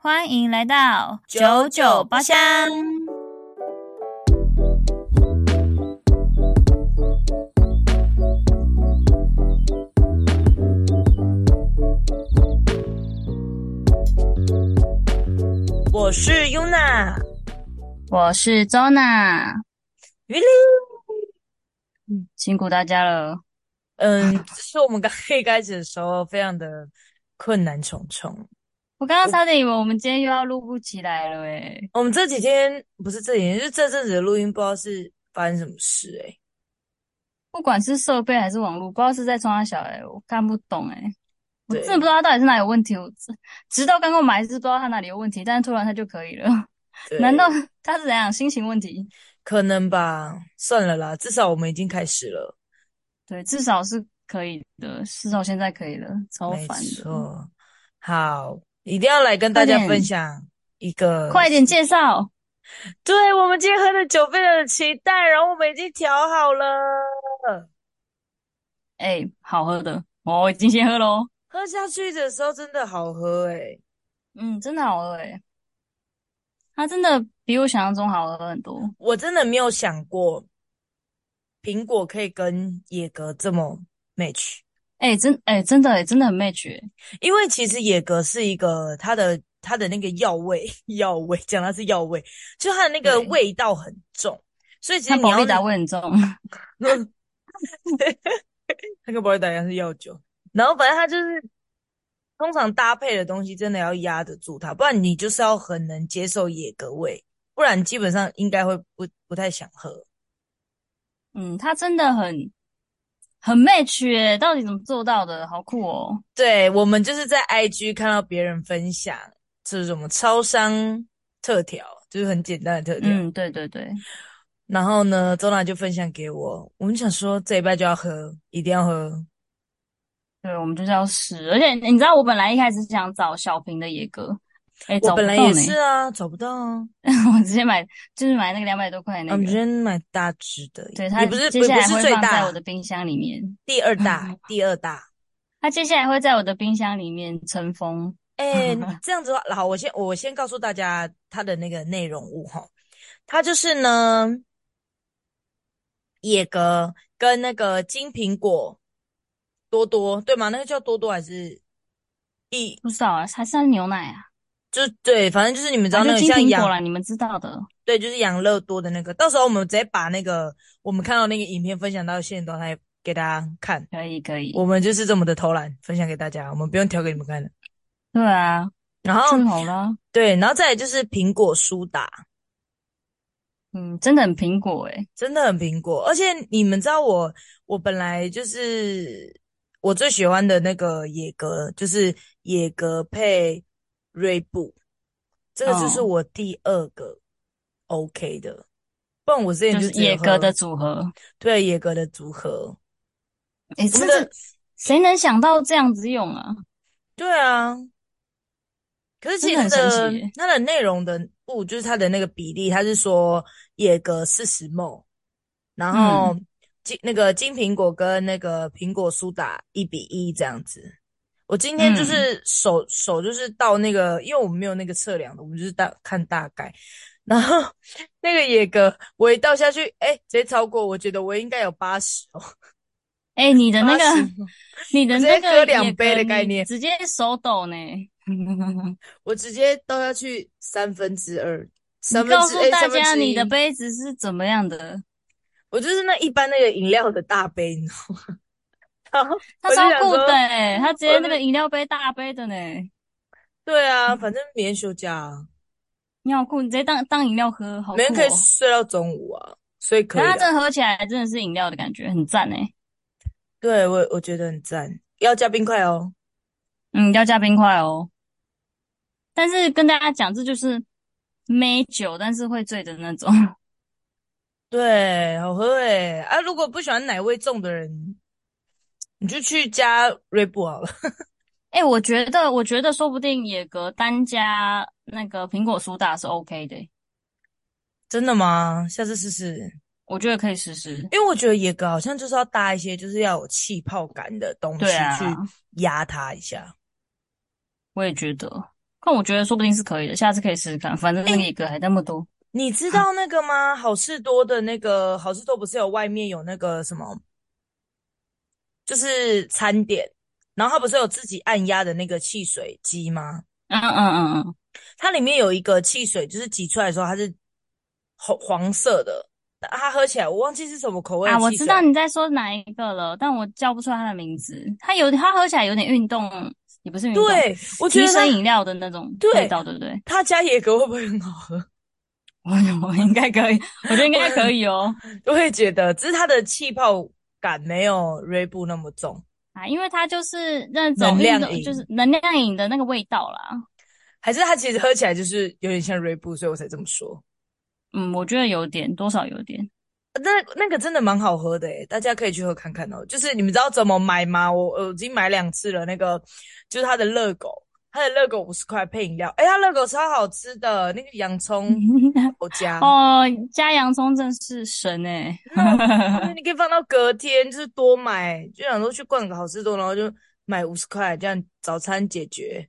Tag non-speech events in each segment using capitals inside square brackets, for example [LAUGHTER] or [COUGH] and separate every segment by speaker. Speaker 1: 欢迎来到九九包厢。
Speaker 2: 我是 Yuna，
Speaker 1: 我是周娜，
Speaker 2: 于林。
Speaker 1: 辛苦大家了。
Speaker 2: 嗯，这是我们刚一开始的时候，非常的困难重重。
Speaker 1: 我刚刚差点以为我们今天又要录不起来了欸诶、
Speaker 2: 我们这几天不是这几天，就是这阵子的录音，不知道是发生什么事哎、
Speaker 1: 不管是设备还是网络，不知道是在冲他小诶、我看不懂诶、欸我
Speaker 2: 对
Speaker 1: 真的不知道他到底是哪里有问题。我直直到刚刚我们还是不知道他哪里有问题，但是突然他就可以了。
Speaker 2: 对
Speaker 1: 难道他是怎样心情问题？
Speaker 2: 可能吧？算了啦，至少我们已经开始了。
Speaker 1: 对，至少是可以的，至少现在可以了，超
Speaker 2: 没
Speaker 1: 烦的。
Speaker 2: 错，好，一定要来跟大家
Speaker 1: 快点
Speaker 2: 分享一个
Speaker 1: 快点介绍。
Speaker 2: 对我们今天喝的酒非常的期待，然后我们已经调好了，
Speaker 1: 哎、好喝的，哦我已经先喝喽。
Speaker 2: 喝下去的时候真的好喝哎、
Speaker 1: 嗯，真的好喝诶、它真的比我想象中好喝很多。
Speaker 2: 我真的没有想过苹果可以跟野格这么 match，
Speaker 1: 哎、真哎、真的哎、真的很 match 诶、
Speaker 2: 因为其实野格是一个它的它的那个药味 [LAUGHS] 药味，讲它是药味，就它的那个
Speaker 1: 对
Speaker 2: 味道很重，所以其实
Speaker 1: 它
Speaker 2: 你
Speaker 1: 保
Speaker 2: 要
Speaker 1: 利达
Speaker 2: 是
Speaker 1: 味很重。
Speaker 2: 那个保利达一样是药酒，然后反正它就是通常搭配的东西真的要压得住它，不然你就是要很能接受野格味，不然基本上应该会不不太想喝。
Speaker 1: 嗯，它真的很很 match 诶、到底怎么做到的？好酷哦！
Speaker 2: 对，我们就是在 IG 看到别人分享，就是什么超商特调，就是很简单的特调。
Speaker 1: 嗯，对对对，
Speaker 2: 然后呢，周娜就分享给我，我们想说这一拜就要喝，一定要喝。
Speaker 1: 对，我们就是要试。而且你知道，我本来一开始想找小瓶的野格，哎、
Speaker 2: 我
Speaker 1: 找不
Speaker 2: 本
Speaker 1: 到
Speaker 2: 来也
Speaker 1: 呢
Speaker 2: 是啊，找不到啊。
Speaker 1: [LAUGHS] 我直接买，就是买那个两百多块的
Speaker 2: 我
Speaker 1: 那
Speaker 2: 们
Speaker 1: 个。
Speaker 2: 今天买大只的，
Speaker 1: 对，
Speaker 2: 也
Speaker 1: 它
Speaker 2: 不是
Speaker 1: 接下
Speaker 2: 不
Speaker 1: 来
Speaker 2: 是
Speaker 1: 会
Speaker 2: 最
Speaker 1: 放在
Speaker 2: 大，
Speaker 1: 我的冰箱里面。
Speaker 2: 第二
Speaker 1: [LAUGHS]
Speaker 2: 大，第二大。
Speaker 1: 它接下来会在我的冰箱里面尘封。 [LAUGHS]
Speaker 2: 哎、这样子的话，好，我先我先告诉大家它的那个内容物哈，它就是呢，野格跟那个金苹果多多，对吗？那个叫多多还是一？
Speaker 1: 不知道啊，还是它牛奶啊？
Speaker 2: 就是对，反正就是你们知道
Speaker 1: 啊就
Speaker 2: 那个
Speaker 1: 金
Speaker 2: 像
Speaker 1: 苹果
Speaker 2: 养
Speaker 1: 啦，你们知道的。
Speaker 2: 对，就是养乐多的那个。到时候我们直接把那个我们看到那个影片分享到现状态给大家看。
Speaker 1: 可以可以。
Speaker 2: 我们就是这么的偷懒，分享给大家，我们不用调给你们看的。
Speaker 1: 对啊，
Speaker 2: 然后
Speaker 1: 就好啦。
Speaker 2: 对，然后再来就是苹果苏打，
Speaker 1: 嗯，真的很苹果诶、
Speaker 2: 真的很苹果。而且你们知道我，我本来就是我最喜欢的那个野格，就是野格配瑞布，这个就是
Speaker 1: 哦
Speaker 2: 我第二个 OK 的。不然我之前
Speaker 1: 就
Speaker 2: 就是只有
Speaker 1: 野格
Speaker 2: 喝
Speaker 1: 的组合。
Speaker 2: 对野格的组合，
Speaker 1: 诶、
Speaker 2: 我
Speaker 1: 真
Speaker 2: 们
Speaker 1: 的
Speaker 2: 的
Speaker 1: 谁能想到这样子用啊？
Speaker 2: 对啊。可是其实它
Speaker 1: 真的很
Speaker 2: 的
Speaker 1: 神奇耶
Speaker 2: 它的内容的不就是它的那个比例，它是说野格四十 ml，然后
Speaker 1: 嗯
Speaker 2: 金、那个金苹果跟那个苹果苏打一比一这样子。我今天
Speaker 1: 嗯
Speaker 2: 就是手、手就是到那个，因为我们没有那个测量的，我们就是大看大概。然后那个野格，我一倒下去，哎、直接超过，我觉得我应该有八十哦，
Speaker 1: 诶、欸你的那
Speaker 2: 八十
Speaker 1: 个， [LAUGHS] 你的
Speaker 2: 直
Speaker 1: 那
Speaker 2: 接
Speaker 1: 个
Speaker 2: 喝两
Speaker 1: 野格
Speaker 2: 杯的
Speaker 1: 你
Speaker 2: 概念
Speaker 1: 直接手抖
Speaker 2: [LAUGHS]
Speaker 1: 呢。
Speaker 2: 我直接倒下去三分之二，
Speaker 1: 你
Speaker 2: 三分
Speaker 1: 告
Speaker 2: 之
Speaker 1: 诉
Speaker 2: 哎，
Speaker 1: 大
Speaker 2: 三分
Speaker 1: 家
Speaker 2: 之
Speaker 1: 你的
Speaker 2: 一
Speaker 1: 杯子是怎么样的？
Speaker 2: 我就是那一般那个饮料的大杯，你知道吗？然后
Speaker 1: 它
Speaker 2: 我就
Speaker 1: 超
Speaker 2: 想
Speaker 1: 酷
Speaker 2: 说
Speaker 1: 的诶、它直接那
Speaker 2: 我
Speaker 1: 个饮料杯大杯的呢。
Speaker 2: 对啊，
Speaker 1: 嗯
Speaker 2: 反正明天休假啊，
Speaker 1: 你好酷，你直接当当饮料喝，好酷
Speaker 2: 明天可以
Speaker 1: 哦！
Speaker 2: 睡到中午啊，所以可以
Speaker 1: 然后它
Speaker 2: 的
Speaker 1: 真。的喝起来真的是饮料的感觉，很赞欸诶。
Speaker 2: 对我我觉得很赞，要加冰块哦。
Speaker 1: 嗯，要加冰块哦。但是跟大家讲，这就是美酒，但是会醉的那种。 [LAUGHS]
Speaker 2: 对，好喝诶、啊！如果不喜欢奶味重的人，你就去加瑞布好了。 [LAUGHS]
Speaker 1: 哎、我觉得，我觉得说不定野格单加那个苹果苏打是 OK 的、欸
Speaker 2: 真的吗？下次试试。
Speaker 1: 我觉得可以试试。
Speaker 2: 因为我觉得野格好像就是要搭一些就是要有气泡感的东西
Speaker 1: 对啊
Speaker 2: 去压它一下。
Speaker 1: 我也觉得，但我觉得说不定是可以的，下次可以试试看。反正那个一个还那么多，
Speaker 2: 你知道那个吗？好事多的那个好事多不是有外面有那个什么，就是餐点，然后它不是有自己按压的那个汽水机吗？
Speaker 1: 嗯嗯嗯嗯，
Speaker 2: 它里面有一个汽水，就是挤出来的时候它是红黄色的，啊它喝起来我忘记是什么口味的
Speaker 1: 啊，我
Speaker 2: 汽
Speaker 1: 知
Speaker 2: 水
Speaker 1: 道你在说哪一个了，但我叫不出来它的名字。它有它喝起来有点运动，也不是运动，
Speaker 2: 对，我觉
Speaker 1: 提
Speaker 2: 得它
Speaker 1: 神饮料的那种
Speaker 2: 对
Speaker 1: 味道，对不对？
Speaker 2: 它加野格会不会很好 [LAUGHS] 喝？
Speaker 1: 我 [LAUGHS] 我应该可
Speaker 2: [LAUGHS]
Speaker 1: 以，我觉得应该可以哦。
Speaker 2: 我也觉得，只是它的气泡感没有锐步那么重，
Speaker 1: 啊，因为它就是那种
Speaker 2: 能量
Speaker 1: 运动
Speaker 2: 饮
Speaker 1: 就是能量饮的那个味道啦。
Speaker 2: 还是它其实喝起来就是有点像锐步，所以我才这么说。
Speaker 1: 嗯，我觉得有点，多少有点。
Speaker 2: 那那个真的蛮好喝的诶，欸大家可以去喝看看哦。就是你们知道怎么买吗？我我已经买两次了。那个就是它的热狗，它的热狗五十块配饮料，哎，它热狗超好吃的，那个洋葱我加，
Speaker 1: 嗯 [LAUGHS] 哦，加洋葱真是神哎、 [LAUGHS]
Speaker 2: 就是你可以放到隔天，就是多买，就想说去逛个好吃多，然后就买五十块，这样早餐解决。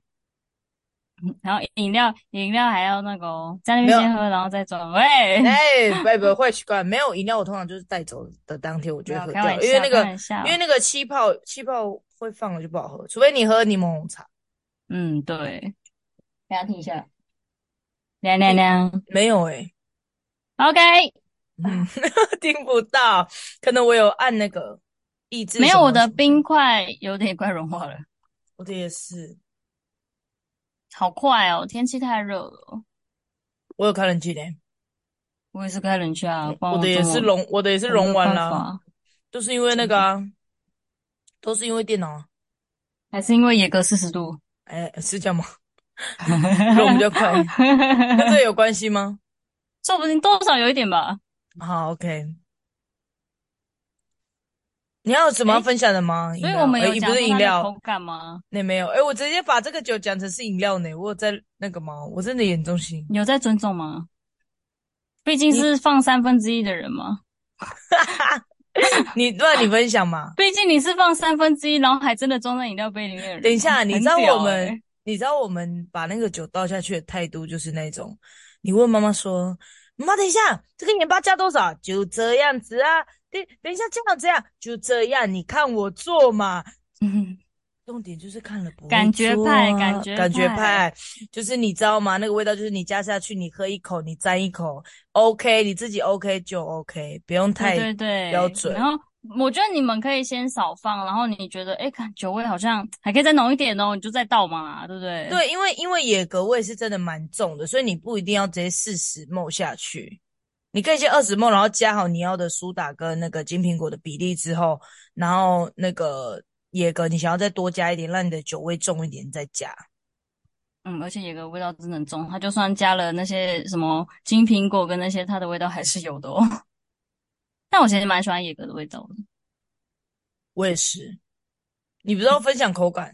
Speaker 1: 然后饮料，饮料还要那个哦在那
Speaker 2: 没
Speaker 1: 边
Speaker 2: 有
Speaker 1: 先喝，然后再转。喂，
Speaker 2: 哎，不不坏习惯，没有饮料我通常就是带走的当天我就
Speaker 1: 没有
Speaker 2: 会喝
Speaker 1: 开
Speaker 2: 掉，
Speaker 1: 玩
Speaker 2: 因为
Speaker 1: 笑，
Speaker 2: 那
Speaker 1: 开
Speaker 2: 个
Speaker 1: 玩笑。
Speaker 2: 因为那个气泡气泡会放了就不好喝，除非你喝柠檬红茶。
Speaker 1: 嗯，对，大家听一下，凉凉凉
Speaker 2: 没有哎、
Speaker 1: ，OK，
Speaker 2: 嗯， [LAUGHS] 听不到，可能我有按那个抑制。
Speaker 1: 没有我的，冰块有点快融化了，
Speaker 2: 我的也是，
Speaker 1: 好快哦，天气太热了。
Speaker 2: 我有开冷气嘞，
Speaker 1: 我也是开冷气啊，不然
Speaker 2: 我的也
Speaker 1: 怎
Speaker 2: 是
Speaker 1: 么
Speaker 2: 融，我的也是
Speaker 1: 我
Speaker 2: 融
Speaker 1: 没有
Speaker 2: 完
Speaker 1: 办
Speaker 2: 了啊，
Speaker 1: 法
Speaker 2: 都是因为那个啊，都是因为电脑啊，
Speaker 1: 还是因为野格四十度，
Speaker 2: 哎，是这样
Speaker 1: [LAUGHS]
Speaker 2: 吗？融比较快，跟这有关系吗？
Speaker 1: 说不定多少有一点吧。
Speaker 2: 好，OK。你还有什么要分享的吗？饮
Speaker 1: 所以
Speaker 2: 料
Speaker 1: 我们
Speaker 2: 哎
Speaker 1: 有
Speaker 2: 你
Speaker 1: 讲
Speaker 2: 不是
Speaker 1: 说
Speaker 2: 饮
Speaker 1: 它的
Speaker 2: 料，
Speaker 1: 口感吗？
Speaker 2: 那没有。哎，我直接把这个酒讲成是饮料呢，我有在那个吗？我真的眼中心。
Speaker 1: 有在尊重吗？毕竟是放三分之一的人嘛，
Speaker 2: 你，不然你分享嘛。
Speaker 1: 毕竟你是放三分之一，然后还真的装在饮料杯里面的人。
Speaker 2: 等一下，你知道
Speaker 1: 很屌
Speaker 2: 我们，
Speaker 1: 欸
Speaker 2: 你知道我们把那个酒倒下去的态度就是那种，你问妈妈说：“妈妈，等一下，这个盐巴加多少？就这样子啊。等等一下，这样这样，就这样，你看我做嘛。”
Speaker 1: [LAUGHS] 嗯
Speaker 2: 重点就是看了不会
Speaker 1: 感觉
Speaker 2: 做
Speaker 1: 派
Speaker 2: 啊
Speaker 1: 感觉
Speaker 2: 感觉
Speaker 1: 派
Speaker 2: 派，就是你知道吗？那个味道就是你加下去，你喝一口，你沾一口，OK，你自己 OK 就 OK，不用太
Speaker 1: 对对对，
Speaker 2: 标准
Speaker 1: 然后我觉得你们可以先少放，然后你觉得哎，看酒味好像还可以再浓一点哦，你就再倒嘛，对不对？
Speaker 2: 对，因为因为野格味是真的蛮重的，所以你不一定要直接四十 ml 下去，你可以先二十 ml，然后加好你要的苏打跟那个金苹果的比例之后，然后那个野格你想要再多加一点，让你的酒味重一点再加。
Speaker 1: 嗯，而且野格味道真的很重，它就算加了那些什么金苹果跟那些，它的味道还是有的哦。 [LAUGHS] 但我其实蛮喜欢野格的味道的。
Speaker 2: 我也是，你不知道分享口感，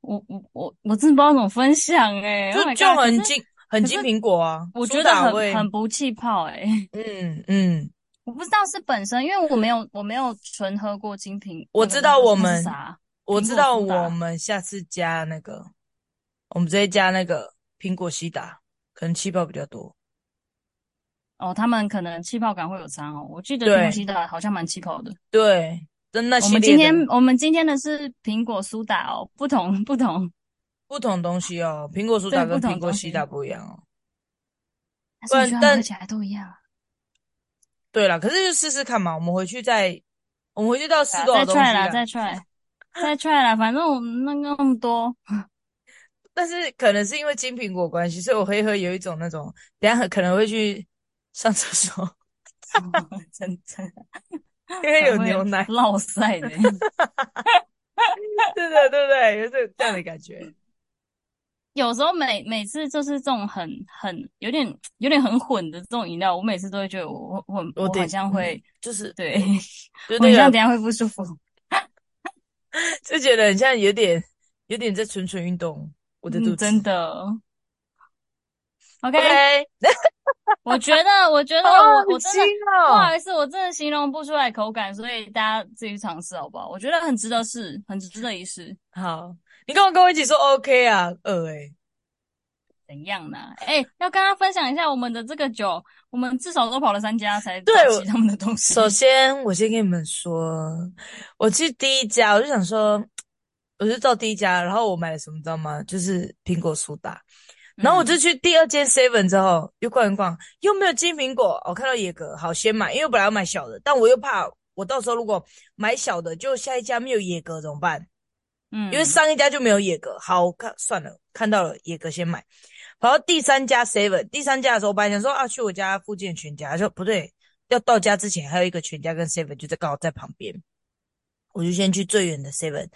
Speaker 1: 我我我我真的不知道怎么分享哎、欸
Speaker 2: 就
Speaker 1: oh my
Speaker 2: 就
Speaker 1: God，可
Speaker 2: 很
Speaker 1: 是
Speaker 2: 金很
Speaker 1: 可
Speaker 2: 金
Speaker 1: 是
Speaker 2: 苹果啊，
Speaker 1: 我
Speaker 2: 苏
Speaker 1: 觉得
Speaker 2: 打
Speaker 1: 很
Speaker 2: 味，
Speaker 1: 很不气泡哎、
Speaker 2: 嗯嗯，
Speaker 1: [LAUGHS] 我不知道是本身，因为我没有我没有纯喝过金瓶，
Speaker 2: 我
Speaker 1: 那个
Speaker 2: 知道我
Speaker 1: 那是
Speaker 2: 们
Speaker 1: 啥，
Speaker 2: 我
Speaker 1: 苹
Speaker 2: 知
Speaker 1: 果
Speaker 2: 道
Speaker 1: 苏打
Speaker 2: 我们下次加那个，我们直接加那个苹果西打，可能气泡比较多。
Speaker 1: 哦，他们可能气泡感会有差哦。我记得
Speaker 2: 对
Speaker 1: 苹果西打好像蛮气泡的。
Speaker 2: 对，那那
Speaker 1: 我
Speaker 2: 系
Speaker 1: 们
Speaker 2: 列
Speaker 1: 今天
Speaker 2: 的
Speaker 1: 我们今天的是苹果苏打哦，不同不同，
Speaker 2: 不同东西哦，苹果苏打
Speaker 1: 对
Speaker 2: 跟
Speaker 1: 不同
Speaker 2: 苹果
Speaker 1: 东
Speaker 2: 西
Speaker 1: 西
Speaker 2: 打不一样哦。
Speaker 1: 但
Speaker 2: 不
Speaker 1: 是我觉得
Speaker 2: 然但
Speaker 1: 喝起来都一样啊。
Speaker 2: 对了，可是就试试看嘛，我们回去再，我们回去到试多
Speaker 1: 再
Speaker 2: 少东西
Speaker 1: try 啦，
Speaker 2: 啊？
Speaker 1: 再 try，再 try 啦，反正我们那个那么
Speaker 2: [LAUGHS]
Speaker 1: 多，
Speaker 2: 但是可能是因为金苹果关系，所以我会喝有一种那种，等一下可能会去上厕
Speaker 1: [LAUGHS]
Speaker 2: 所，
Speaker 1: 真真
Speaker 2: 因为有牛奶。
Speaker 1: 落塞的。 [LAUGHS]
Speaker 2: 对的，对不对？有这这样的感觉。
Speaker 1: 有时候每每次就是这种很很有点有点很混的这种饮料，我每次都会觉得我我我
Speaker 2: 得嗯
Speaker 1: 好像会
Speaker 2: 就是
Speaker 1: 对，
Speaker 2: 就
Speaker 1: 我好
Speaker 2: 那
Speaker 1: 像
Speaker 2: 个
Speaker 1: 等一下会不舒服。
Speaker 2: 就觉得很像有点有点在蠢蠢欲动，我的肚
Speaker 1: 嗯，
Speaker 2: 子。
Speaker 1: 真
Speaker 2: [LAUGHS]
Speaker 1: 的。OK，
Speaker 2: OK，
Speaker 1: 我觉得我觉得
Speaker 2: 好
Speaker 1: 我我
Speaker 2: 恶
Speaker 1: 真
Speaker 2: 心
Speaker 1: 的不
Speaker 2: 哦
Speaker 1: 好意思，我真的形容不出来口感，所以大家自己去尝试好不好？我觉得很值得试，很值得一试。
Speaker 2: 好，你跟我跟我一起说 OK 啊，饿哎、
Speaker 1: 怎样呢、哎、要跟他分享一下我们的这个酒，我们至少都跑了三家才
Speaker 2: 对
Speaker 1: 找
Speaker 2: 我
Speaker 1: 齐他们的东西。
Speaker 2: 首先，我先跟你们说，我去第一家，我就想说，我就到第一家，然后我买了什么，你知道吗？就是苹果苏打。
Speaker 1: 嗯
Speaker 2: 然后我就去第二间 Seven 之后，又逛一逛，又没有金苹果，我看到野格，好先买，因为我本来要买小的，但我又怕我到时候如果买小的，就下一家没有野格怎么办？
Speaker 1: 嗯，
Speaker 2: 因为上一家就没有野格，好我看算了，看到了野格先买。然后第三家 seven，第三家的时候，我本来想说啊，去我家附近的全家，就不对，要到家之前还有一个全家跟 seven 就在刚好在旁边，我就先去最远的 seven，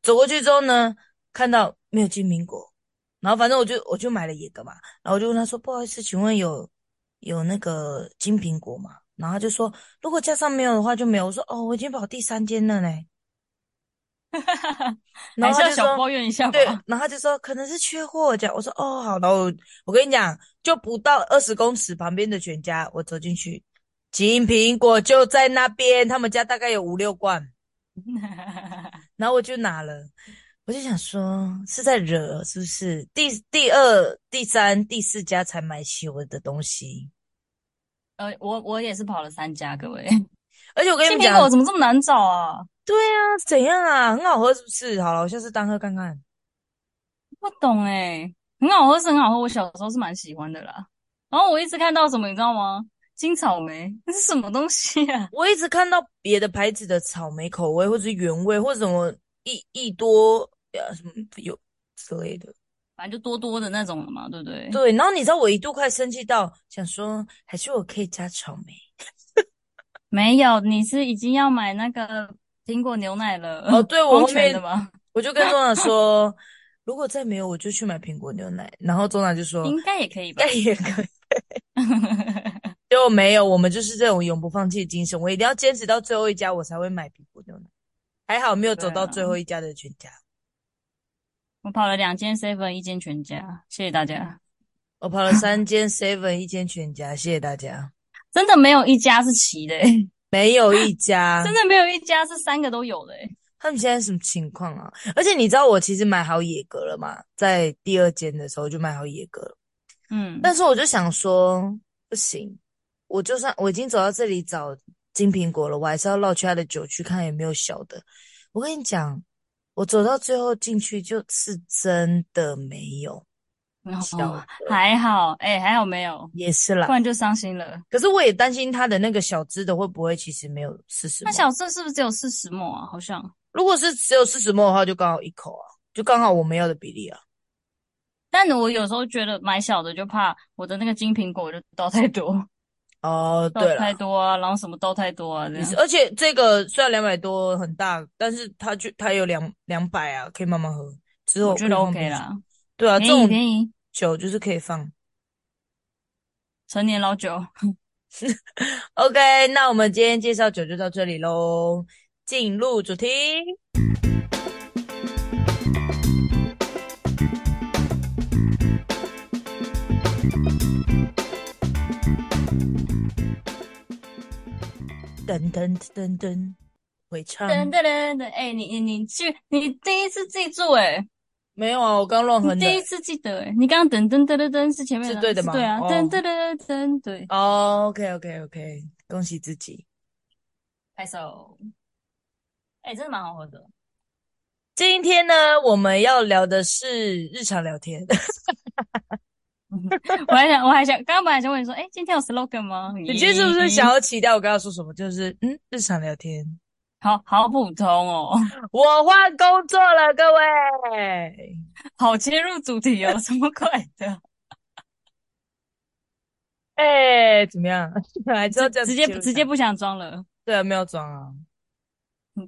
Speaker 2: 走过去之后呢，看到没有金苹果，然后反正我就我就买了野格嘛，然后我就问他说，不好意思，请问有有那个金苹果吗？然后他就说，如果架上没有的话就没有。我说哦，我已经跑第三间
Speaker 1: [LAUGHS]
Speaker 2: 了嘞。
Speaker 1: 还
Speaker 2: 然后
Speaker 1: 是
Speaker 2: 他
Speaker 1: 要
Speaker 2: 就
Speaker 1: 小啊
Speaker 2: 说。
Speaker 1: 抱怨一下吧。
Speaker 2: 对，然后他就说可能是缺货这样，我说哦好，然后我我跟你讲，就不到二十公尺旁边的全家，我走进去，金苹果就在那边，他们家大概有五六罐，然后我就拿了，我就想说是在惹是不是？第第二、第三、第四家才买起我的东西，
Speaker 1: [LAUGHS] 呃，我我也是跑了三家，各位。
Speaker 2: 而且我跟你
Speaker 1: 金
Speaker 2: 们
Speaker 1: 苹果
Speaker 2: 讲，
Speaker 1: 怎么这么难找啊？
Speaker 2: 对啊，怎样啊，很好喝是不是？好了，我下次单喝看看。
Speaker 1: 不懂哎、很好喝是很好喝，我小时候是蛮喜欢的啦。然后我一直看到什么，你知道吗？金草莓，那是什么东西啊？
Speaker 2: 我一直看到别的牌子的草莓口味，或者是原味，或者什么益益多呃什么有之类的。
Speaker 1: 反正就多多的那种了嘛，对不对？
Speaker 2: 对，然后你知道我一度快生气到想说，还是我可以加草莓
Speaker 1: [LAUGHS] 没有，你是已经要买那个苹果牛奶了？
Speaker 2: 哦。对，我
Speaker 1: [LAUGHS] 光
Speaker 2: 后
Speaker 1: 泉
Speaker 2: 面嗯
Speaker 1: 的吗？
Speaker 2: 我就跟钟长说，如果再没有，我就去买苹果牛奶。然后钟长就说，
Speaker 1: 应该也可以吧
Speaker 2: 那。也可以。
Speaker 1: [LAUGHS]
Speaker 2: 就没有，我们就是这种永不放弃的精神。我一定要坚持到最后一家，我才会买苹果牛奶。还好没有走
Speaker 1: 对
Speaker 2: 到
Speaker 1: 啊
Speaker 2: 最后一家的全家，
Speaker 1: 我跑了两间 seven，一间全家，谢谢大
Speaker 2: 嗯
Speaker 1: 家。
Speaker 2: 我跑了三间 Seven，一间全家，谢谢大家。
Speaker 1: [LAUGHS] 真的没有一家是齐的、欸，
Speaker 2: 没有一家
Speaker 1: 啊真，的没有一家是三个都有的、欸。
Speaker 2: 他们现在什么情况啊？而且你知道我其实买好野格了嘛，在第二间的时候就买好野格了，
Speaker 1: 嗯，
Speaker 2: 但是我就想说，不行，我就算我已经走到这里找金苹果了，我还是要绕去他的酒去看有没有小的。我跟你讲，我走到最后进去就是真的没有
Speaker 1: 然
Speaker 2: 小
Speaker 1: 后
Speaker 2: 的，
Speaker 1: 还好，哎、还好没有，
Speaker 2: 也是
Speaker 1: 不
Speaker 2: 啦。
Speaker 1: 然就伤心了。
Speaker 2: 可是我也担心他的那个小只的会不会其实没有四十
Speaker 1: 那
Speaker 2: 毛？
Speaker 1: 小镇是不是只有四十亩啊？好像，
Speaker 2: 如果是只有四十毛的话，就刚好一口啊，就刚好我们要的比例啊。
Speaker 1: 但我有时候觉得买小的就怕我的那个金苹果就倒太多，
Speaker 2: 哦，
Speaker 1: 倒
Speaker 2: 对
Speaker 1: 太
Speaker 2: 了，
Speaker 1: 多啊，然后什么倒太多啊这
Speaker 2: 你是
Speaker 1: 样。
Speaker 2: 而且这个虽然两百多很大，但是它就它有两两百啊，可以慢慢喝，之后
Speaker 1: 我觉
Speaker 2: 可以
Speaker 1: 得
Speaker 2: 放
Speaker 1: OK
Speaker 2: 冰箱
Speaker 1: 啦，
Speaker 2: 对啊，这
Speaker 1: 便宜
Speaker 2: 种
Speaker 1: 便宜，
Speaker 2: 酒就是可以放。
Speaker 1: 成年老酒。
Speaker 2: OK，那我们今天介绍酒就到这里喽，进入主题。噔噔噔噔，会唱。
Speaker 1: [LAUGHS] 等等等等，哎，你你你去，你第一次记住
Speaker 2: 欸
Speaker 1: 哎，
Speaker 2: 没有啊，我刚乱
Speaker 1: 你
Speaker 2: 哼的
Speaker 1: 第一次记得哎，你刚刚等等等等等是前面
Speaker 2: 是对的吗
Speaker 1: 对啊，
Speaker 2: 哦
Speaker 1: 等等等等，对，
Speaker 2: 哦。OK OK OK，恭喜自己。
Speaker 1: 拍手。哎，真的蛮好喝的。
Speaker 2: 今天呢，我们要聊的是日常聊天。
Speaker 1: 我还想，我还想，刚刚本来想问你说，哎，今天有 slogan 吗？
Speaker 2: 你今天是不是想要期待我刚刚说什么？就是嗯，日常聊天。
Speaker 1: 好好普通哦， [LAUGHS]
Speaker 2: 我换工作了，各位。
Speaker 1: 好切入主题哦， [LAUGHS] 什么鬼的？
Speaker 2: 哎、怎么样？ [LAUGHS] 还知道这样
Speaker 1: 直接
Speaker 2: 切入
Speaker 1: 直接不想装了，
Speaker 2: 对啊，没有装啊。
Speaker 1: 嗯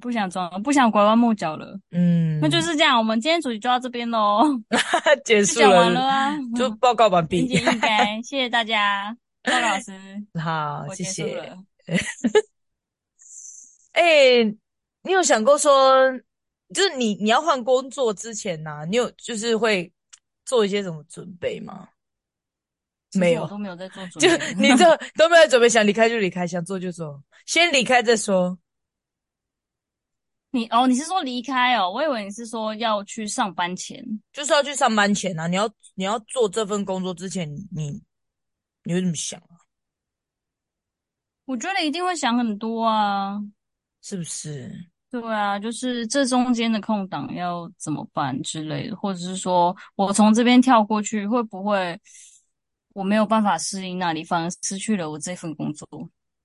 Speaker 1: 不想装了，不想拐弯抹角了。
Speaker 2: 嗯，
Speaker 1: 那就是这样，我们今天主题就到这边喽，
Speaker 2: [LAUGHS] 结
Speaker 1: 就
Speaker 2: 束
Speaker 1: 讲完了啊。 [LAUGHS]
Speaker 2: 就报告完
Speaker 1: 言
Speaker 2: 毕。
Speaker 1: 简意赅，谢谢大家，高老师，
Speaker 2: [LAUGHS] 好，
Speaker 1: 嗯我
Speaker 2: 谢
Speaker 1: 结束
Speaker 2: 谢。
Speaker 1: 了。
Speaker 2: 哎、你有想过说，就是你你要换工作之前呐、你有就是会做一些什么准备吗？
Speaker 1: 其实
Speaker 2: 没有
Speaker 1: 我都没有在做主
Speaker 2: 就
Speaker 1: 题。
Speaker 2: 你这都 [LAUGHS] 没有准备，想离开就离开，想做就做，先离开再说。
Speaker 1: 你哦，你是说离开哦？我以为你是说要去上班前。
Speaker 2: 就是要去上班前啊，你要你要做这份工作之前，你你会怎么想啊？
Speaker 1: 我觉得一定会想很多啊。
Speaker 2: 是不是？
Speaker 1: 对啊，就是这中间的空档要怎么办之类的，或者是说我从这边跳过去，会不会我没有办法适应那里，反而失去了我这份工作？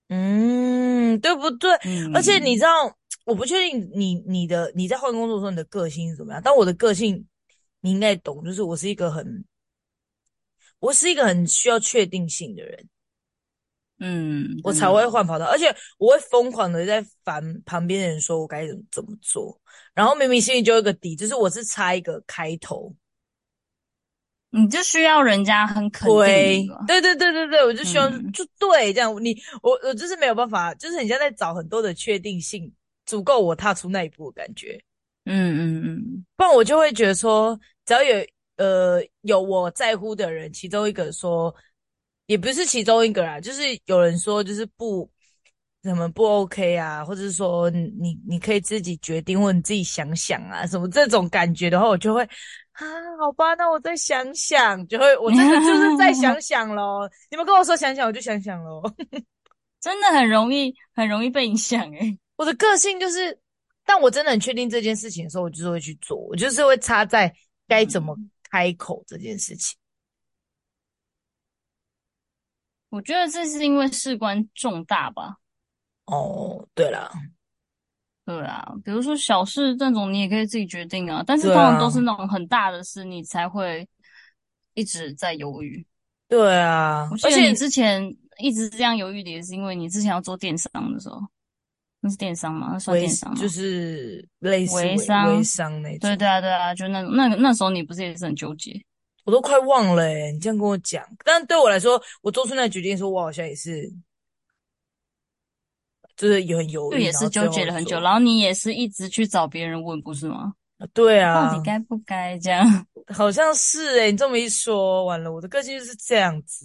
Speaker 2: 嗯，对不对？
Speaker 1: 嗯，
Speaker 2: 而且你知道，我不确定你你的你在换工作的时候你的个性是怎么样，但我的个性你应该懂，就是我是一个很，我是一个很需要确定性的人，
Speaker 1: 嗯，
Speaker 2: 我
Speaker 1: 真
Speaker 2: 才
Speaker 1: 的
Speaker 2: 会换跑道，而且我会疯狂的在烦旁边的人说我该怎么怎么做，然后明明心里就有一个底，就是我是差一个开头，
Speaker 1: 你就需要人家很肯定
Speaker 2: 对
Speaker 1: 你了。
Speaker 2: 对对对对对，我就希望、
Speaker 1: 嗯
Speaker 2: 就对这样，你我我就是没有办法，就是你现在在找很多的确定性，足够我踏出那一步的感觉。
Speaker 1: 嗯嗯嗯，
Speaker 2: 不然我就会觉得说，只要有呃有我在乎的人，其中一个说，也不是其中一个啦，就是有人说就是不什么不 OK 啊，或者是说你你你可以自己决定，或你自己想想啊，什么这种感觉的话，我就会啊，好吧，那我再想想，就会我真的就是再想想咯。你们跟我说想想，我就想想咯。
Speaker 1: 真的很容易，很容易被影响欸诶。
Speaker 2: 我的个性就是，但我真的很确定这件事情的时候，我就是会去做，我就是会插在该怎么
Speaker 1: 嗯
Speaker 2: 开口这件事情。
Speaker 1: 我觉得这是因为事关重大吧。
Speaker 2: 哦，对了，
Speaker 1: 对啊，比如说小事这种你也可以自己决定啊，但是
Speaker 2: 对
Speaker 1: 通
Speaker 2: 啊
Speaker 1: 常都是那种很大的事，你才会一直在犹豫。
Speaker 2: 对啊
Speaker 1: 我，记
Speaker 2: 而
Speaker 1: 得
Speaker 2: 且
Speaker 1: 你之前一直这样犹豫的，也是因为你之前要做电商的时候，那是电商吗？那算
Speaker 2: 微
Speaker 1: 电商吗？
Speaker 2: 就是类似微
Speaker 1: 微商
Speaker 2: 微商那种
Speaker 1: 对，对啊，对啊，就那种那个那时候你不是也是很纠结？
Speaker 2: 我都快忘了欸，你这样跟我讲，但对我来说，我做出那决定的时候，我好像也是，就是也很犹
Speaker 1: 就
Speaker 2: 豫，
Speaker 1: 也
Speaker 2: 然
Speaker 1: 是
Speaker 2: 后最
Speaker 1: 纠
Speaker 2: 后
Speaker 1: 结了很久，
Speaker 2: 做
Speaker 1: 然后你也是一直去找别人问，不是吗？
Speaker 2: 对
Speaker 1: 到
Speaker 2: 啊
Speaker 1: 底，该不该这样？
Speaker 2: 好像是欸诶，你这么一说，完了，我的个性就是这样子，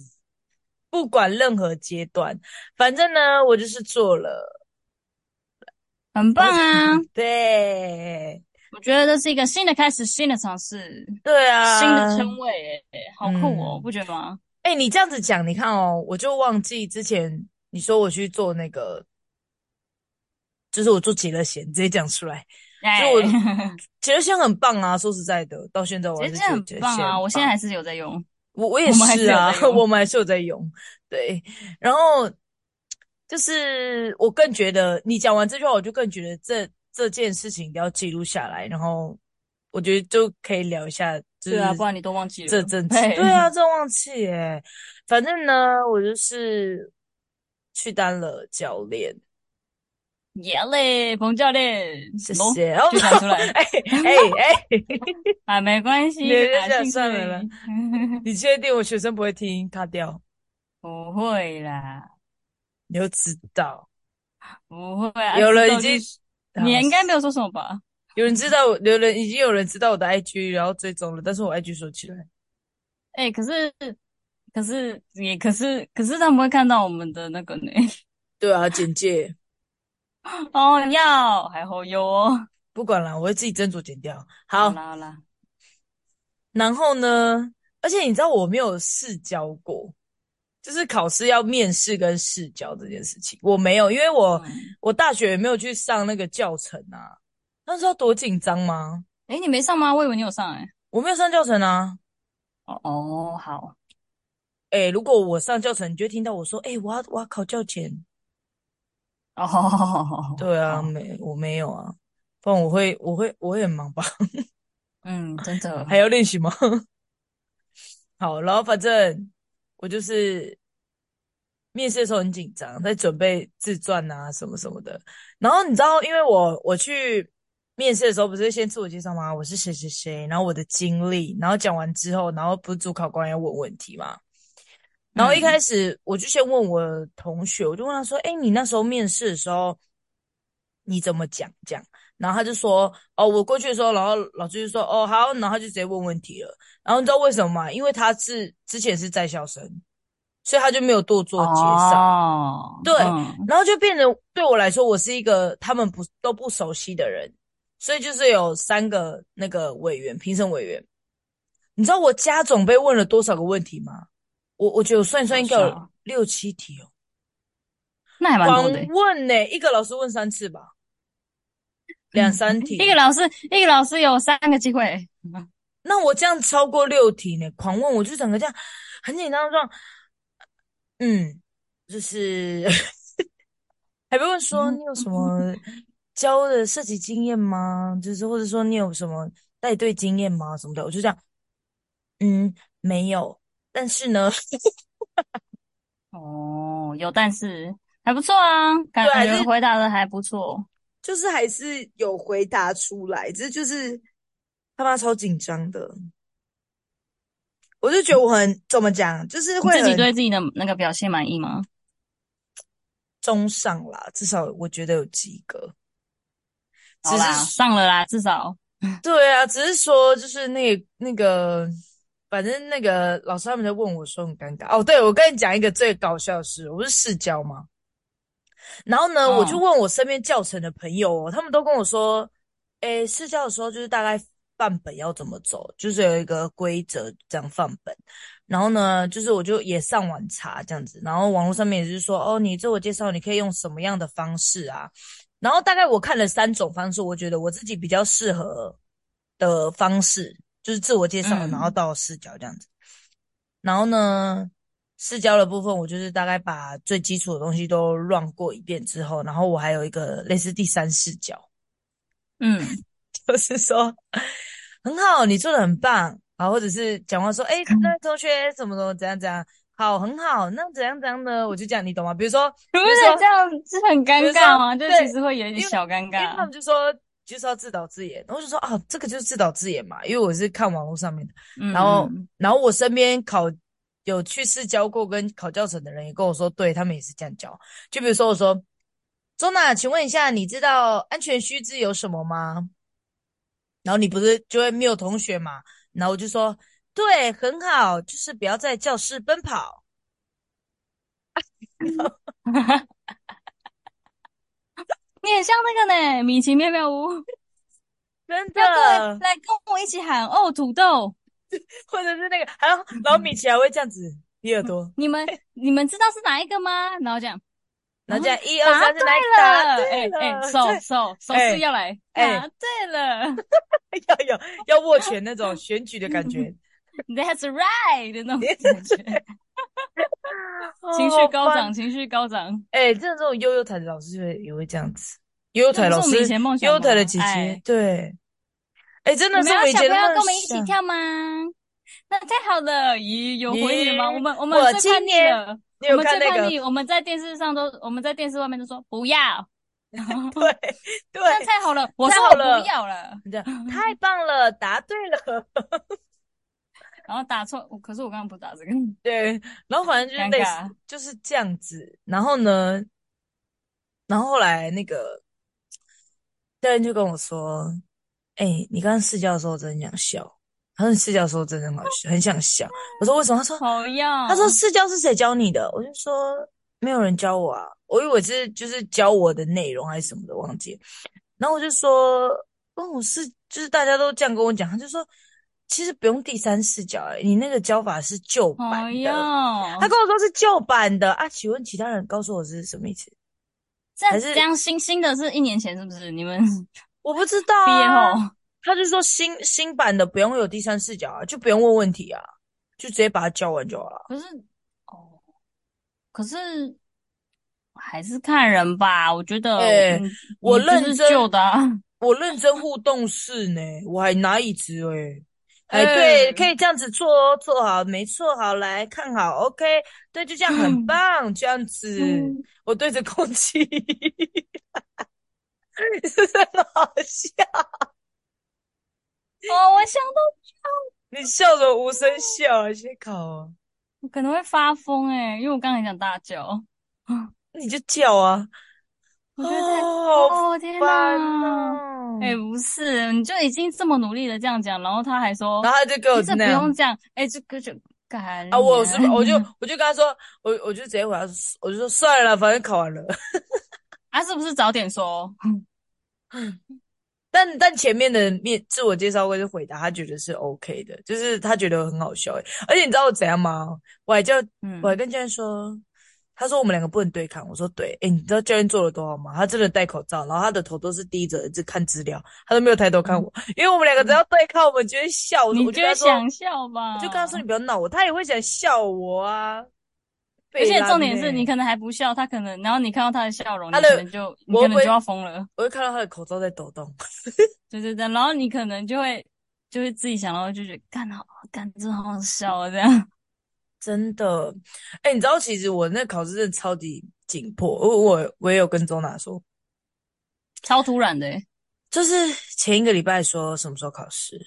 Speaker 2: 不管任何阶段，反正呢，我就是做了，
Speaker 1: 很棒啊！
Speaker 2: 对，
Speaker 1: 我觉得这是一个新的开始，新的尝试，
Speaker 2: 对 [LAUGHS] 啊，
Speaker 1: 新的称谓、欸，好酷哦，
Speaker 2: 嗯
Speaker 1: 不觉得吗？
Speaker 2: 哎、你这样子讲，你看哦，我就忘记之前你说我去做那个，就是我做结了弦，直接讲出来，
Speaker 1: 哎，
Speaker 2: 就我结了弦很棒啊。说实在的，到现在我
Speaker 1: 其
Speaker 2: 还
Speaker 1: 实
Speaker 2: 是
Speaker 1: 这
Speaker 2: 觉得
Speaker 1: 很
Speaker 2: 结了
Speaker 1: 棒
Speaker 2: 弦
Speaker 1: 啊！
Speaker 2: 很
Speaker 1: 我现在还是有在用，
Speaker 2: 我我也
Speaker 1: 我们还
Speaker 2: 是
Speaker 1: 是有
Speaker 2: 啊 [LAUGHS]
Speaker 1: 在，用
Speaker 2: 我们还是有在用，对。然后就是我更觉得你讲完这句话，我就更觉得这这件事情一定要记录下来，然后我觉得就可以聊一下，就是
Speaker 1: 对啊，不然你都忘记了。
Speaker 2: 这阵子，
Speaker 1: 嘿
Speaker 2: 对啊，，这忘记耶。反正呢，我就是去当了教练，
Speaker 1: [LAUGHS] 耶嘞，彭教练，
Speaker 2: 谢
Speaker 1: 喏
Speaker 2: 谢。哦
Speaker 1: 就讲出来 [LAUGHS]
Speaker 2: 哎哎哎，
Speaker 1: 啊，没关
Speaker 2: 你
Speaker 1: 系，啊
Speaker 2: 就
Speaker 1: 感
Speaker 2: 想
Speaker 1: 兴趣
Speaker 2: 啊算了
Speaker 1: 而
Speaker 2: 啦
Speaker 1: 已，
Speaker 2: 你确定我学生不会听？卡掉，
Speaker 1: [LAUGHS] 不会啦，
Speaker 2: 你就知道。
Speaker 1: 不会啊，
Speaker 2: 有了
Speaker 1: 知道就
Speaker 2: 已经
Speaker 1: 是你应该没有说什么吧？
Speaker 2: 有人知道我，有人已经有人知道我的 IG，然后追踪了，但是我 IG 锁起来。
Speaker 1: 哎、可是可是也可是可是他们会看到我们的那个呢， [LAUGHS]
Speaker 2: 对啊，简介
Speaker 1: 哦要还好有哦，
Speaker 2: 不管了，我会自己斟酌剪掉。
Speaker 1: 好
Speaker 2: 好，
Speaker 1: 啦好啦，
Speaker 2: 然后呢？而且你知道我没有试教过，就是考试要面试跟试教这件事情，我没有，因为我
Speaker 1: 嗯，
Speaker 2: 我大学也没有去上那个教程啊。那时候多紧张吗？
Speaker 1: 哎、你没上吗？我以为你有上哎、
Speaker 2: 我没有上教程啊。
Speaker 1: 哦哦好，
Speaker 2: 诶、如果我上教程，你就会听到我说：“诶、我要我要考教前。”
Speaker 1: 哦好好好好好，
Speaker 2: 对啊，
Speaker 1: 好
Speaker 2: 没我没有啊，不然我会我会我会很忙吧？
Speaker 1: 嗯，真的，
Speaker 2: 还要练习吗？ [LAUGHS] 好，然后反正我就是面试的时候很紧张，在准备自传啊什么什么的。然后你知道，因为我我去面试的时候不是先自我介绍吗？我是谁谁谁，然后我的经历，然后讲完之后，然后不是主考官要问问题嘛？然后一开
Speaker 1: 嗯
Speaker 2: 始我就先问我同学，我就问他说：“哎，你那时候面试的时候你怎么讲？”这样，然后他就说：“哦，我过去的时候，然后老师就说：‘哦，好’，然后他就直接问问题了。然后你知道为什么吗？因为他是之前是在校生，所以他就没有多做介绍。
Speaker 1: 哦，
Speaker 2: 对
Speaker 1: 嗯
Speaker 2: 然后就变成对我来说，我是一个他们不都不熟悉的人，所以就是有三个那个委员评审委员，你知道我家总被问了多少个问题吗？我我觉得我算一算应该
Speaker 1: 多
Speaker 2: 有
Speaker 1: 少
Speaker 2: 六七题哦，
Speaker 1: 那还蛮
Speaker 2: 狂
Speaker 1: 多的欸。
Speaker 2: 问呢、一个老师问三次吧，两三题，
Speaker 1: 嗯一个老师，一个老师有三个机会，
Speaker 2: 那我这样超过六题呢，狂问，我就整个这样很紧张的状，嗯，就是 [LAUGHS] 还被问说
Speaker 1: 嗯
Speaker 2: 你有什么教的设计经验吗？就是或者说你有什么带队经验吗？什么的，我就这样，嗯，没有，但是呢， [LAUGHS]
Speaker 1: 哦，有，但是还不错啊，感
Speaker 2: 对还是
Speaker 1: 觉回答的还不错。
Speaker 2: 就是还是有回答出来，这就是他妈超紧张的，我就觉得我很怎么讲，就是
Speaker 1: 你
Speaker 2: 会
Speaker 1: 自己
Speaker 2: 很
Speaker 1: 对自己的那个表现满意吗？
Speaker 2: 中上啦，至少我觉得有及格。只
Speaker 1: 好啦，
Speaker 2: 是
Speaker 1: 上了啦，至少
Speaker 2: 对啊，只是说就是那个那个，反正那个老师他们在问我说很尴尬哦。对，我跟你讲一个最搞笑的事，我不是试教嘛，然后呢，
Speaker 1: 嗯
Speaker 2: 我就问我身边教程的朋友哦，他们都跟我说，诶，试教的时候就是大概范本要怎么走，就是有一个规则这样范本。然后呢，就是我就也上网查这样子，然后网络上面也是说，哦，你自我介绍你可以用什么样的方式啊？然后大概我看了三种方式，我觉得我自己比较适合的方式就是自我介绍，
Speaker 1: 嗯
Speaker 2: 然后到视角这样子。然后呢，视角的部分我就是大概把最基础的东西都乱过一遍之后，然后我还有一个类似第三视角，
Speaker 1: 嗯，
Speaker 2: [LAUGHS] 就是说很好，你做的很棒，啊，或者是讲话说，哎，那同学怎么怎么怎样怎样，好，很好，那怎样怎样呢？我就这样，你懂吗？比如说，
Speaker 1: 你不
Speaker 2: 比如说
Speaker 1: 是这样是很尴尬吗？
Speaker 2: 比
Speaker 1: 就
Speaker 2: 如说
Speaker 1: 其实会有一点小尴
Speaker 2: 因为他
Speaker 1: 尬
Speaker 2: 们。就说就是要自导自演，然后我就说啊，这个就是自导自演嘛，因为我是看网络上面的，
Speaker 1: 嗯，
Speaker 2: 然后
Speaker 1: 嗯
Speaker 2: 然后我身边考有去试教过跟考教程的人也跟我说，对他们也是这样教。就比如说我说，周娜，请问一下，你知道安全须知有什么吗？然后你不是就会没有同学嘛，然后我就说，对，很好，就是不要在教室奔跑。
Speaker 1: 你很像那个呢，米奇妙妙屋，
Speaker 2: 真
Speaker 1: 要过来
Speaker 2: 的，
Speaker 1: 来跟我一起喊哦，土豆，
Speaker 2: 或者是那个，还
Speaker 1: 嗯
Speaker 2: 有老米奇还会这样子捏耳朵，
Speaker 1: 你们你们知道是哪一个吗？然后这样
Speaker 2: 然后这样一二
Speaker 1: 答
Speaker 2: 三
Speaker 1: 对
Speaker 2: 是哪一个答
Speaker 1: 了，
Speaker 2: 对
Speaker 1: 哎
Speaker 2: 了，
Speaker 1: 哎，手
Speaker 2: [LAUGHS] 对
Speaker 1: 手手
Speaker 2: 哎
Speaker 1: 势要来，
Speaker 2: 哎
Speaker 1: 答对了 [LAUGHS]
Speaker 2: 要有要握拳那种选举的感觉，
Speaker 1: ，That's right 的那
Speaker 2: [LAUGHS]
Speaker 1: 种感觉，情绪高
Speaker 2: 哦
Speaker 1: 涨，。情绪高涨。
Speaker 2: 哎、这种悠悠台的老师就会也会这样子，悠悠台
Speaker 1: 这不
Speaker 2: 老
Speaker 1: 是我们
Speaker 2: 师
Speaker 1: 以，前梦
Speaker 2: 悠
Speaker 1: 想
Speaker 2: 悠
Speaker 1: 吗？
Speaker 2: 台的姐姐
Speaker 1: 哎，，
Speaker 2: 对，哎、真的
Speaker 1: 你
Speaker 2: 是
Speaker 1: 们
Speaker 2: 我
Speaker 1: 要
Speaker 2: 以
Speaker 1: 小
Speaker 2: 前
Speaker 1: 朋
Speaker 2: 的
Speaker 1: 友跟我
Speaker 2: 梦
Speaker 1: 们一起
Speaker 2: 想。
Speaker 1: 跳吗？那太好了，咦，有回你吗？
Speaker 2: 咦
Speaker 1: 我们我们
Speaker 2: 我
Speaker 1: 最叛
Speaker 2: 今
Speaker 1: 逆
Speaker 2: 年
Speaker 1: 了，
Speaker 2: 你
Speaker 1: 我
Speaker 2: 有
Speaker 1: 们
Speaker 2: 看
Speaker 1: 最
Speaker 2: 那
Speaker 1: 叛
Speaker 2: 个？
Speaker 1: 逆，我们在电视上都，我们在电视外面都说不要，
Speaker 2: 对对，
Speaker 1: 那太好了，我
Speaker 2: 太
Speaker 1: 说
Speaker 2: 好
Speaker 1: 我
Speaker 2: 了
Speaker 1: 不要了，
Speaker 2: 你这样
Speaker 1: [LAUGHS]
Speaker 2: 太棒了，答对了， [LAUGHS]
Speaker 1: 然后打错，可是我刚刚不打这个，
Speaker 2: 对，然后反正就是
Speaker 1: 尴
Speaker 2: 类
Speaker 1: 尬
Speaker 2: 似，就是这样子。然后呢，然后后来那个教练就跟我说：“哎、你刚刚试教的时候，我真的很想笑。”他说：“你试教的时候真的很好笑，很想笑。”我说：“为什么？”他说：“
Speaker 1: 好要，
Speaker 2: 他说试教是谁教你的？我就说没有人教我啊，我以为是就是教我的内容还是什么的，忘记了。然后我就说，哦，是就是大家都这样跟我讲，他就说其实不用第三视角、欸，你那个教法是旧版
Speaker 1: 好
Speaker 2: 的。
Speaker 1: 要
Speaker 2: 他，跟我说是旧版的啊，请问其他人告诉我是什么意思？
Speaker 1: 这样
Speaker 2: 还是
Speaker 1: 这样新新的是一年前是不是？你 [LAUGHS] 们
Speaker 2: 我不知道
Speaker 1: 毕业
Speaker 2: 啊。
Speaker 1: 后，
Speaker 2: 他就说新新版的不用有第三视角啊，就不用问问题啊，就直接把它教完就好了。
Speaker 1: 可是哦，可是还是看人吧，我觉得
Speaker 2: 哎
Speaker 1: 嗯
Speaker 2: 我
Speaker 1: 你就
Speaker 2: 认
Speaker 1: 是
Speaker 2: 真
Speaker 1: 旧的啊，
Speaker 2: 我认真互动式呢，我还拿椅子诶、哎、
Speaker 1: 哎
Speaker 2: 对，可以这样子做哦，做好，没错，好，来看好，OK，对，就这样，很
Speaker 1: 嗯
Speaker 2: 棒，这样子，
Speaker 1: 嗯
Speaker 2: 我对着空气， [LAUGHS] 是不是很好笑？
Speaker 1: [LAUGHS] 哦，我想到
Speaker 2: 你笑什么无声笑啊？先考啊，
Speaker 1: 我可能会发疯哎、因为我刚才想大叫，
Speaker 2: 你就叫啊，
Speaker 1: 我觉得太
Speaker 2: 哦
Speaker 1: 哦天
Speaker 2: 烦
Speaker 1: 哪，
Speaker 2: 哦。
Speaker 1: 哎、不是，你就已经这么努力的这样讲，然后他还说
Speaker 2: 然后他就给我
Speaker 1: 你这
Speaker 2: 那
Speaker 1: 不
Speaker 2: 样
Speaker 1: 用，这样，哎、这个就干
Speaker 2: 啊，我有是
Speaker 1: 娘
Speaker 2: 我就我就跟他说，我我就直接回答，我就说算了，反正考完了。
Speaker 1: 啊，是不是早点说？
Speaker 2: 但但前面的面自我介绍或是回答，他觉得是 OK 的，就是他觉得很好笑欸。而且你知道我怎样吗？我还叫
Speaker 1: 嗯
Speaker 2: 我还跟教练说，他说我们两个不能对抗。我说对，欸诶、你知道教练做了多好吗？他真的戴口罩，然后他的头都是低着，一直看资料，他都没有抬头看我。因为我们两个只要对抗，我们就会笑。我
Speaker 1: 嗯你
Speaker 2: 我就
Speaker 1: 就
Speaker 2: 跟
Speaker 1: 会
Speaker 2: 他说，
Speaker 1: 想哦笑吧？
Speaker 2: 我就跟他说你不要闹我，他也会想笑我啊。
Speaker 1: 而且
Speaker 2: 被拉
Speaker 1: 重点是
Speaker 2: 妹
Speaker 1: 你可能还不笑，他可能，然后你看到他的笑容，
Speaker 2: 他
Speaker 1: 你
Speaker 2: 的
Speaker 1: 可能就你
Speaker 2: 我
Speaker 1: 可能
Speaker 2: 会
Speaker 1: 就要疯了，
Speaker 2: 我会看到他的口罩在抖动。
Speaker 1: 对对对，然后你可能就会就会自己想到就觉得干好干真好笑啊这样， [LAUGHS]
Speaker 2: 真的，哎、你知道，其实我那考试真的超级紧迫。我我我也有跟周娜说，
Speaker 1: 超突然的欸，
Speaker 2: 就是前一个礼拜说什么时候考试，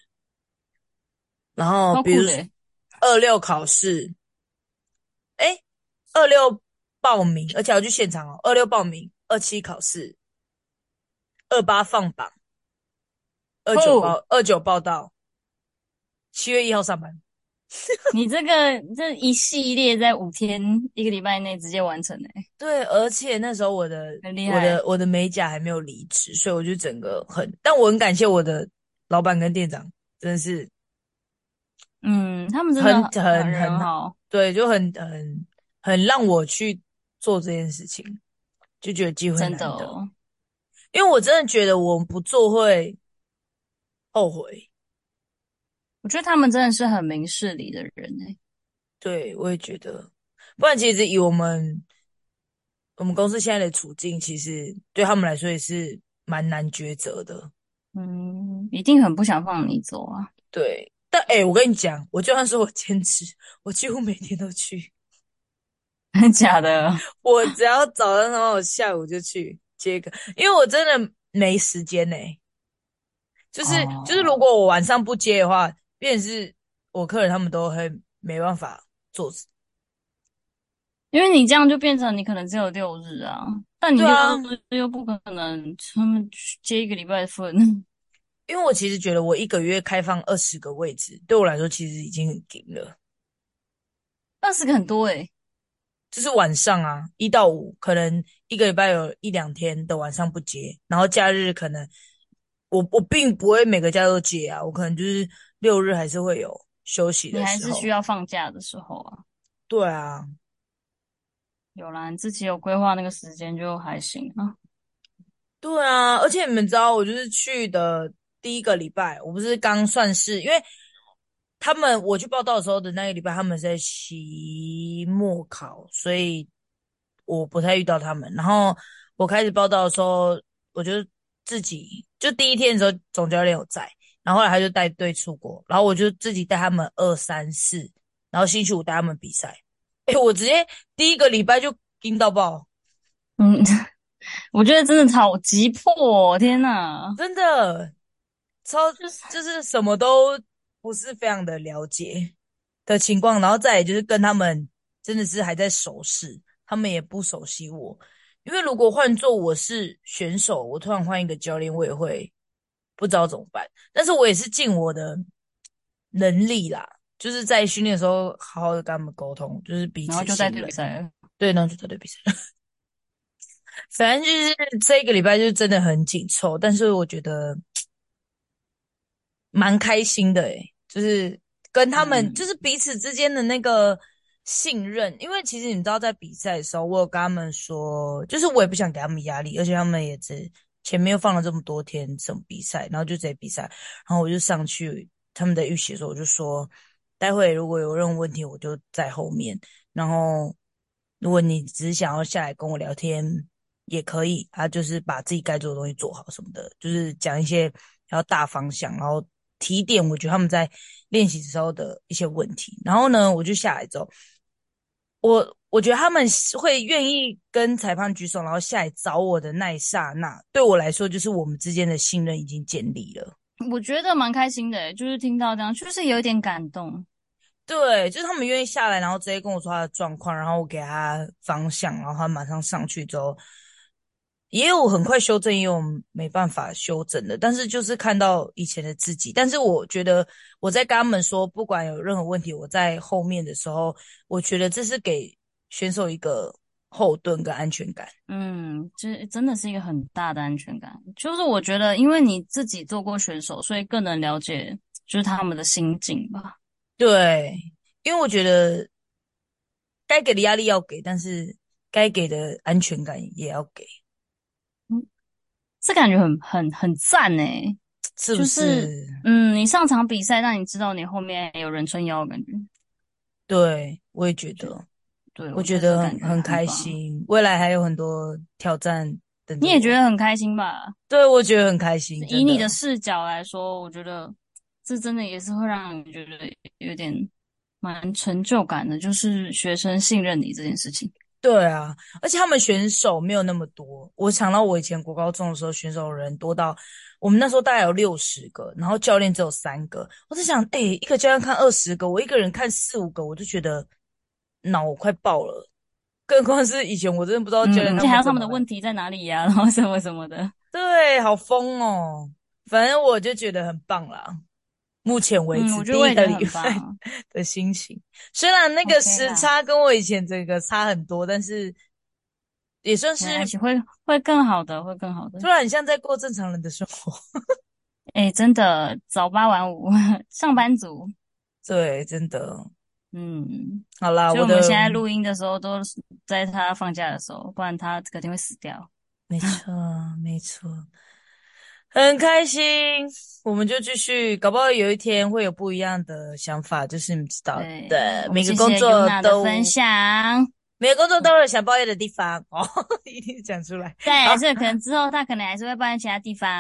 Speaker 2: 然后
Speaker 1: 超
Speaker 2: 哦比
Speaker 1: 酷
Speaker 2: 如
Speaker 1: 的欸，
Speaker 2: 二六考试，哎、二六报名，而且我去现场哦，二六报名，二七考试，二八放榜，二九
Speaker 1: 哦
Speaker 2: 报二九报到，七月一号上班。
Speaker 1: [LAUGHS] 你这个这一系列在五天一个礼拜内直接完成的欸，
Speaker 2: 对，而且那时候我的
Speaker 1: 很厉
Speaker 2: 我
Speaker 1: 害
Speaker 2: 的我的美甲还没有离职，所以我就整个很，但我很感谢我的老板跟店长，真的是
Speaker 1: 嗯，他们真的
Speaker 2: 很很
Speaker 1: 人
Speaker 2: 很
Speaker 1: 好，
Speaker 2: 对，就很很很让我去做这件事情，就觉得机会
Speaker 1: 真
Speaker 2: 难
Speaker 1: 的
Speaker 2: 得，
Speaker 1: 哦，
Speaker 2: 因为我真的觉得我不做会后悔。
Speaker 1: 我觉得他们真的是很明事理的人欸诶，
Speaker 2: 对，我也觉得，不然其实以我们我们公司现在的处境，其实对他们来说也是蛮难抉择的。
Speaker 1: 嗯，一定很不想放你走啊。 [LAUGHS]
Speaker 2: 对，但哎、欸我跟你讲，我就算是我兼职，我几乎每天都去。
Speaker 1: 真假的？
Speaker 2: 我只要早上，然后我下午就去接个，因为我真的没时间呢、就是
Speaker 1: 哦
Speaker 2: 就是，如果我晚上不接的话，便是我客人他们都会没办法做。
Speaker 1: 因为你这样就变成你可能只有六日啊，但你
Speaker 2: 对啊
Speaker 1: 六日又不可能他们去接一个礼拜份，
Speaker 2: 因为我其实觉得我一个月开放二十个位置，对我来说其实已经很紧了。
Speaker 1: 二十个很多欸诶、
Speaker 2: 就是晚上啊，一到五可能一个礼拜有一两天的晚上不接，然后假日可能我我并不会每个假都接啊，我可能就是六日还是会有休息
Speaker 1: 你
Speaker 2: 的
Speaker 1: 还
Speaker 2: 时
Speaker 1: 是
Speaker 2: 候。
Speaker 1: 需要放假的时候啊。
Speaker 2: 对啊，
Speaker 1: 有啦，你自己有规划那个时间就还行啊。
Speaker 2: 对啊，而且你们知道，我就是去的第一个礼拜，我不是刚算是因为他们我去报道的时候的那个礼拜，他们是在期末考，所以我不太遇到他们。然后我开始报道的时候，我就自己就第一天的时候，总教练有在，然后后来他就带队出国，然后我就自己带他们二三四，然后星期五带他们比赛。诶，我直接第一个礼拜就盯到爆。
Speaker 1: 嗯， [LAUGHS] 我觉得真的好急迫、哦，天哪！
Speaker 2: 真的超
Speaker 1: 就是
Speaker 2: 就是什么都不是非常的了解的情况，然后再也就是跟他们真的是还在熟识，他们也不熟悉我，因为如果换做我是选手，我突然换一个教练，我也会不知道怎么办，但是我也是尽我的能力啦，就是在训练的时候好好的跟他们沟通，就是彼此
Speaker 1: 然后就在
Speaker 2: 信
Speaker 1: 对
Speaker 2: 任
Speaker 1: 比赛了，
Speaker 2: 对，然后就团队比赛。反正就是这一个礼拜就是真的很紧凑，但是我觉得蛮开心的诶、就是跟他们、
Speaker 1: 嗯
Speaker 2: 就是彼此之间的那个信任，因为其实你知道，在比赛的时候，我有跟他们说，就是我也不想给他们压力，而且他们也只前面又放了这么多天这种比赛，然后就直接比赛，然后我就上去他们的预习的时候，我就说，待会如果有任何问题，我就在后面。然后，如果你只是想要下来跟我聊天也可以，他就是把自己该做的东西做好什么的，就是讲一些比较大方向，然后提点我觉得他们在练习时候的一些问题。然后呢，我就下来之后，我我觉得他们是会愿意跟裁判举手，然后下来找我的那一刹那，对我来说就是我们之间的信任已经建立了。
Speaker 1: 我觉得蛮开心的、欸，就是听到这样，就是有一点感动。
Speaker 2: 对，就是他们愿意下来，然后直接跟我说他的状况，然后我给他方向，然后他马上上去之后，也有很快修正，也有没办法修正的，但是就是看到以前的自己。但是我觉得我在跟他们说，不管有任何问题，我在后面的时候，我觉得这是给选手一个后盾跟安全感。
Speaker 1: 嗯，这真的是一个很大的安全感。就是我觉得，因为你自己做过选手，所以更能了解就是他们的心境吧。
Speaker 2: 对，因为我觉得该给的压力要给，但是该给的安全感也要给，
Speaker 1: 这感觉很很很赞诶、
Speaker 2: 是不
Speaker 1: 就是嗯，你上场比赛，让你知道你后面有人撑腰，感觉
Speaker 2: 对，我也觉得，
Speaker 1: 对，
Speaker 2: 我觉
Speaker 1: 这
Speaker 2: 得
Speaker 1: 感
Speaker 2: 很很开
Speaker 1: 棒。
Speaker 2: 心，未来还有很多挑战等着
Speaker 1: 你也
Speaker 2: 我
Speaker 1: 觉？得很开心吧？
Speaker 2: 对，我觉得很开心，
Speaker 1: 以你
Speaker 2: 真
Speaker 1: 的视角来说，我觉得这真的也是会让你觉得有点蛮成就感的，就是学生信任你这件事情。
Speaker 2: 对啊，而且他们选手没有那么多。我想到我以前国高中的时候，选手人多到我们那时候大概有六十个，然后教练只有三个。我在想，哎、一个教练看二十个，我一个人看四五个，我就觉得脑快爆了。更何况是以前，我真的不知道教练
Speaker 1: 嗯，而且还有他
Speaker 2: 怎
Speaker 1: 们的
Speaker 2: 么
Speaker 1: 问题在哪里呀、 [LAUGHS] 然后什么什么的。
Speaker 2: 对，好疯哦！反正我就觉得很棒啦。目前为
Speaker 1: 嗯，
Speaker 2: 止，
Speaker 1: 我觉
Speaker 2: 第
Speaker 1: 得我
Speaker 2: 一
Speaker 1: 也
Speaker 2: 个
Speaker 1: 觉得
Speaker 2: 礼
Speaker 1: 很
Speaker 2: 拜
Speaker 1: 棒。
Speaker 2: [LAUGHS] 的心情，虽然那个
Speaker 1: OK
Speaker 2: 时
Speaker 1: 啦
Speaker 2: 差跟我以前这个差很多，但是也算是
Speaker 1: 没关系，会会更好的，会更好的
Speaker 2: 突。然很像在过正常人的生活。
Speaker 1: 哎，真的早八晚五， [LAUGHS] 上班族。
Speaker 2: 对，真的。
Speaker 1: 嗯，
Speaker 2: 好啦，
Speaker 1: 所以
Speaker 2: 啊我
Speaker 1: 我们
Speaker 2: 的
Speaker 1: 现在录音的时候都是在他放假的时候，不然他肯定会死掉。
Speaker 2: 没错，没错，很开心。我们就继续，搞不好有一天会有不一样的想法，就是你知道
Speaker 1: 对，
Speaker 2: 的，
Speaker 1: 我们
Speaker 2: 呃每个
Speaker 1: 谢
Speaker 2: 工
Speaker 1: 谢
Speaker 2: 作
Speaker 1: Yuna 的
Speaker 2: 都
Speaker 1: 分享。
Speaker 2: 每个工作都有想抱怨的地方哦， [LAUGHS] 一定讲出来。好 [LAUGHS]
Speaker 1: 对，这个可能之后他可能还是会搬其他地方。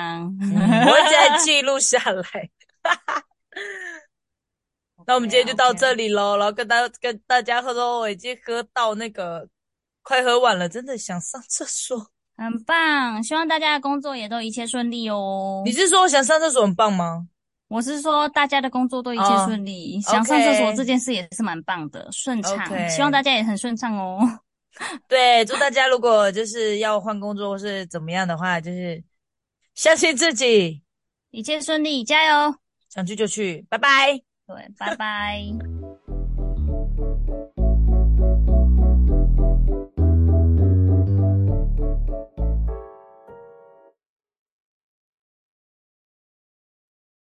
Speaker 2: 嗯，
Speaker 1: [LAUGHS]
Speaker 2: 我会再记录下来。那我们今天就到这里喽，然后跟大跟大家喝说，我已经喝到那个快喝完了，真的想上厕所。
Speaker 1: 很棒，希望大家的工作也都一切顺利哦
Speaker 2: 你。是说我想上厕所很棒吗？
Speaker 1: 我是说，大家的工作都一切
Speaker 2: 哦
Speaker 1: 顺利，
Speaker 2: OK
Speaker 1: 想上厕所这件事也是蛮棒的，顺畅。
Speaker 2: OK
Speaker 1: 希望大家也很顺畅哦。 [LAUGHS]
Speaker 2: 对，祝大家如果就是要换工作或是怎么样的话，就是相信自己，
Speaker 1: 一切顺利，加油！
Speaker 2: 想去就去，拜拜。
Speaker 1: 对，拜拜。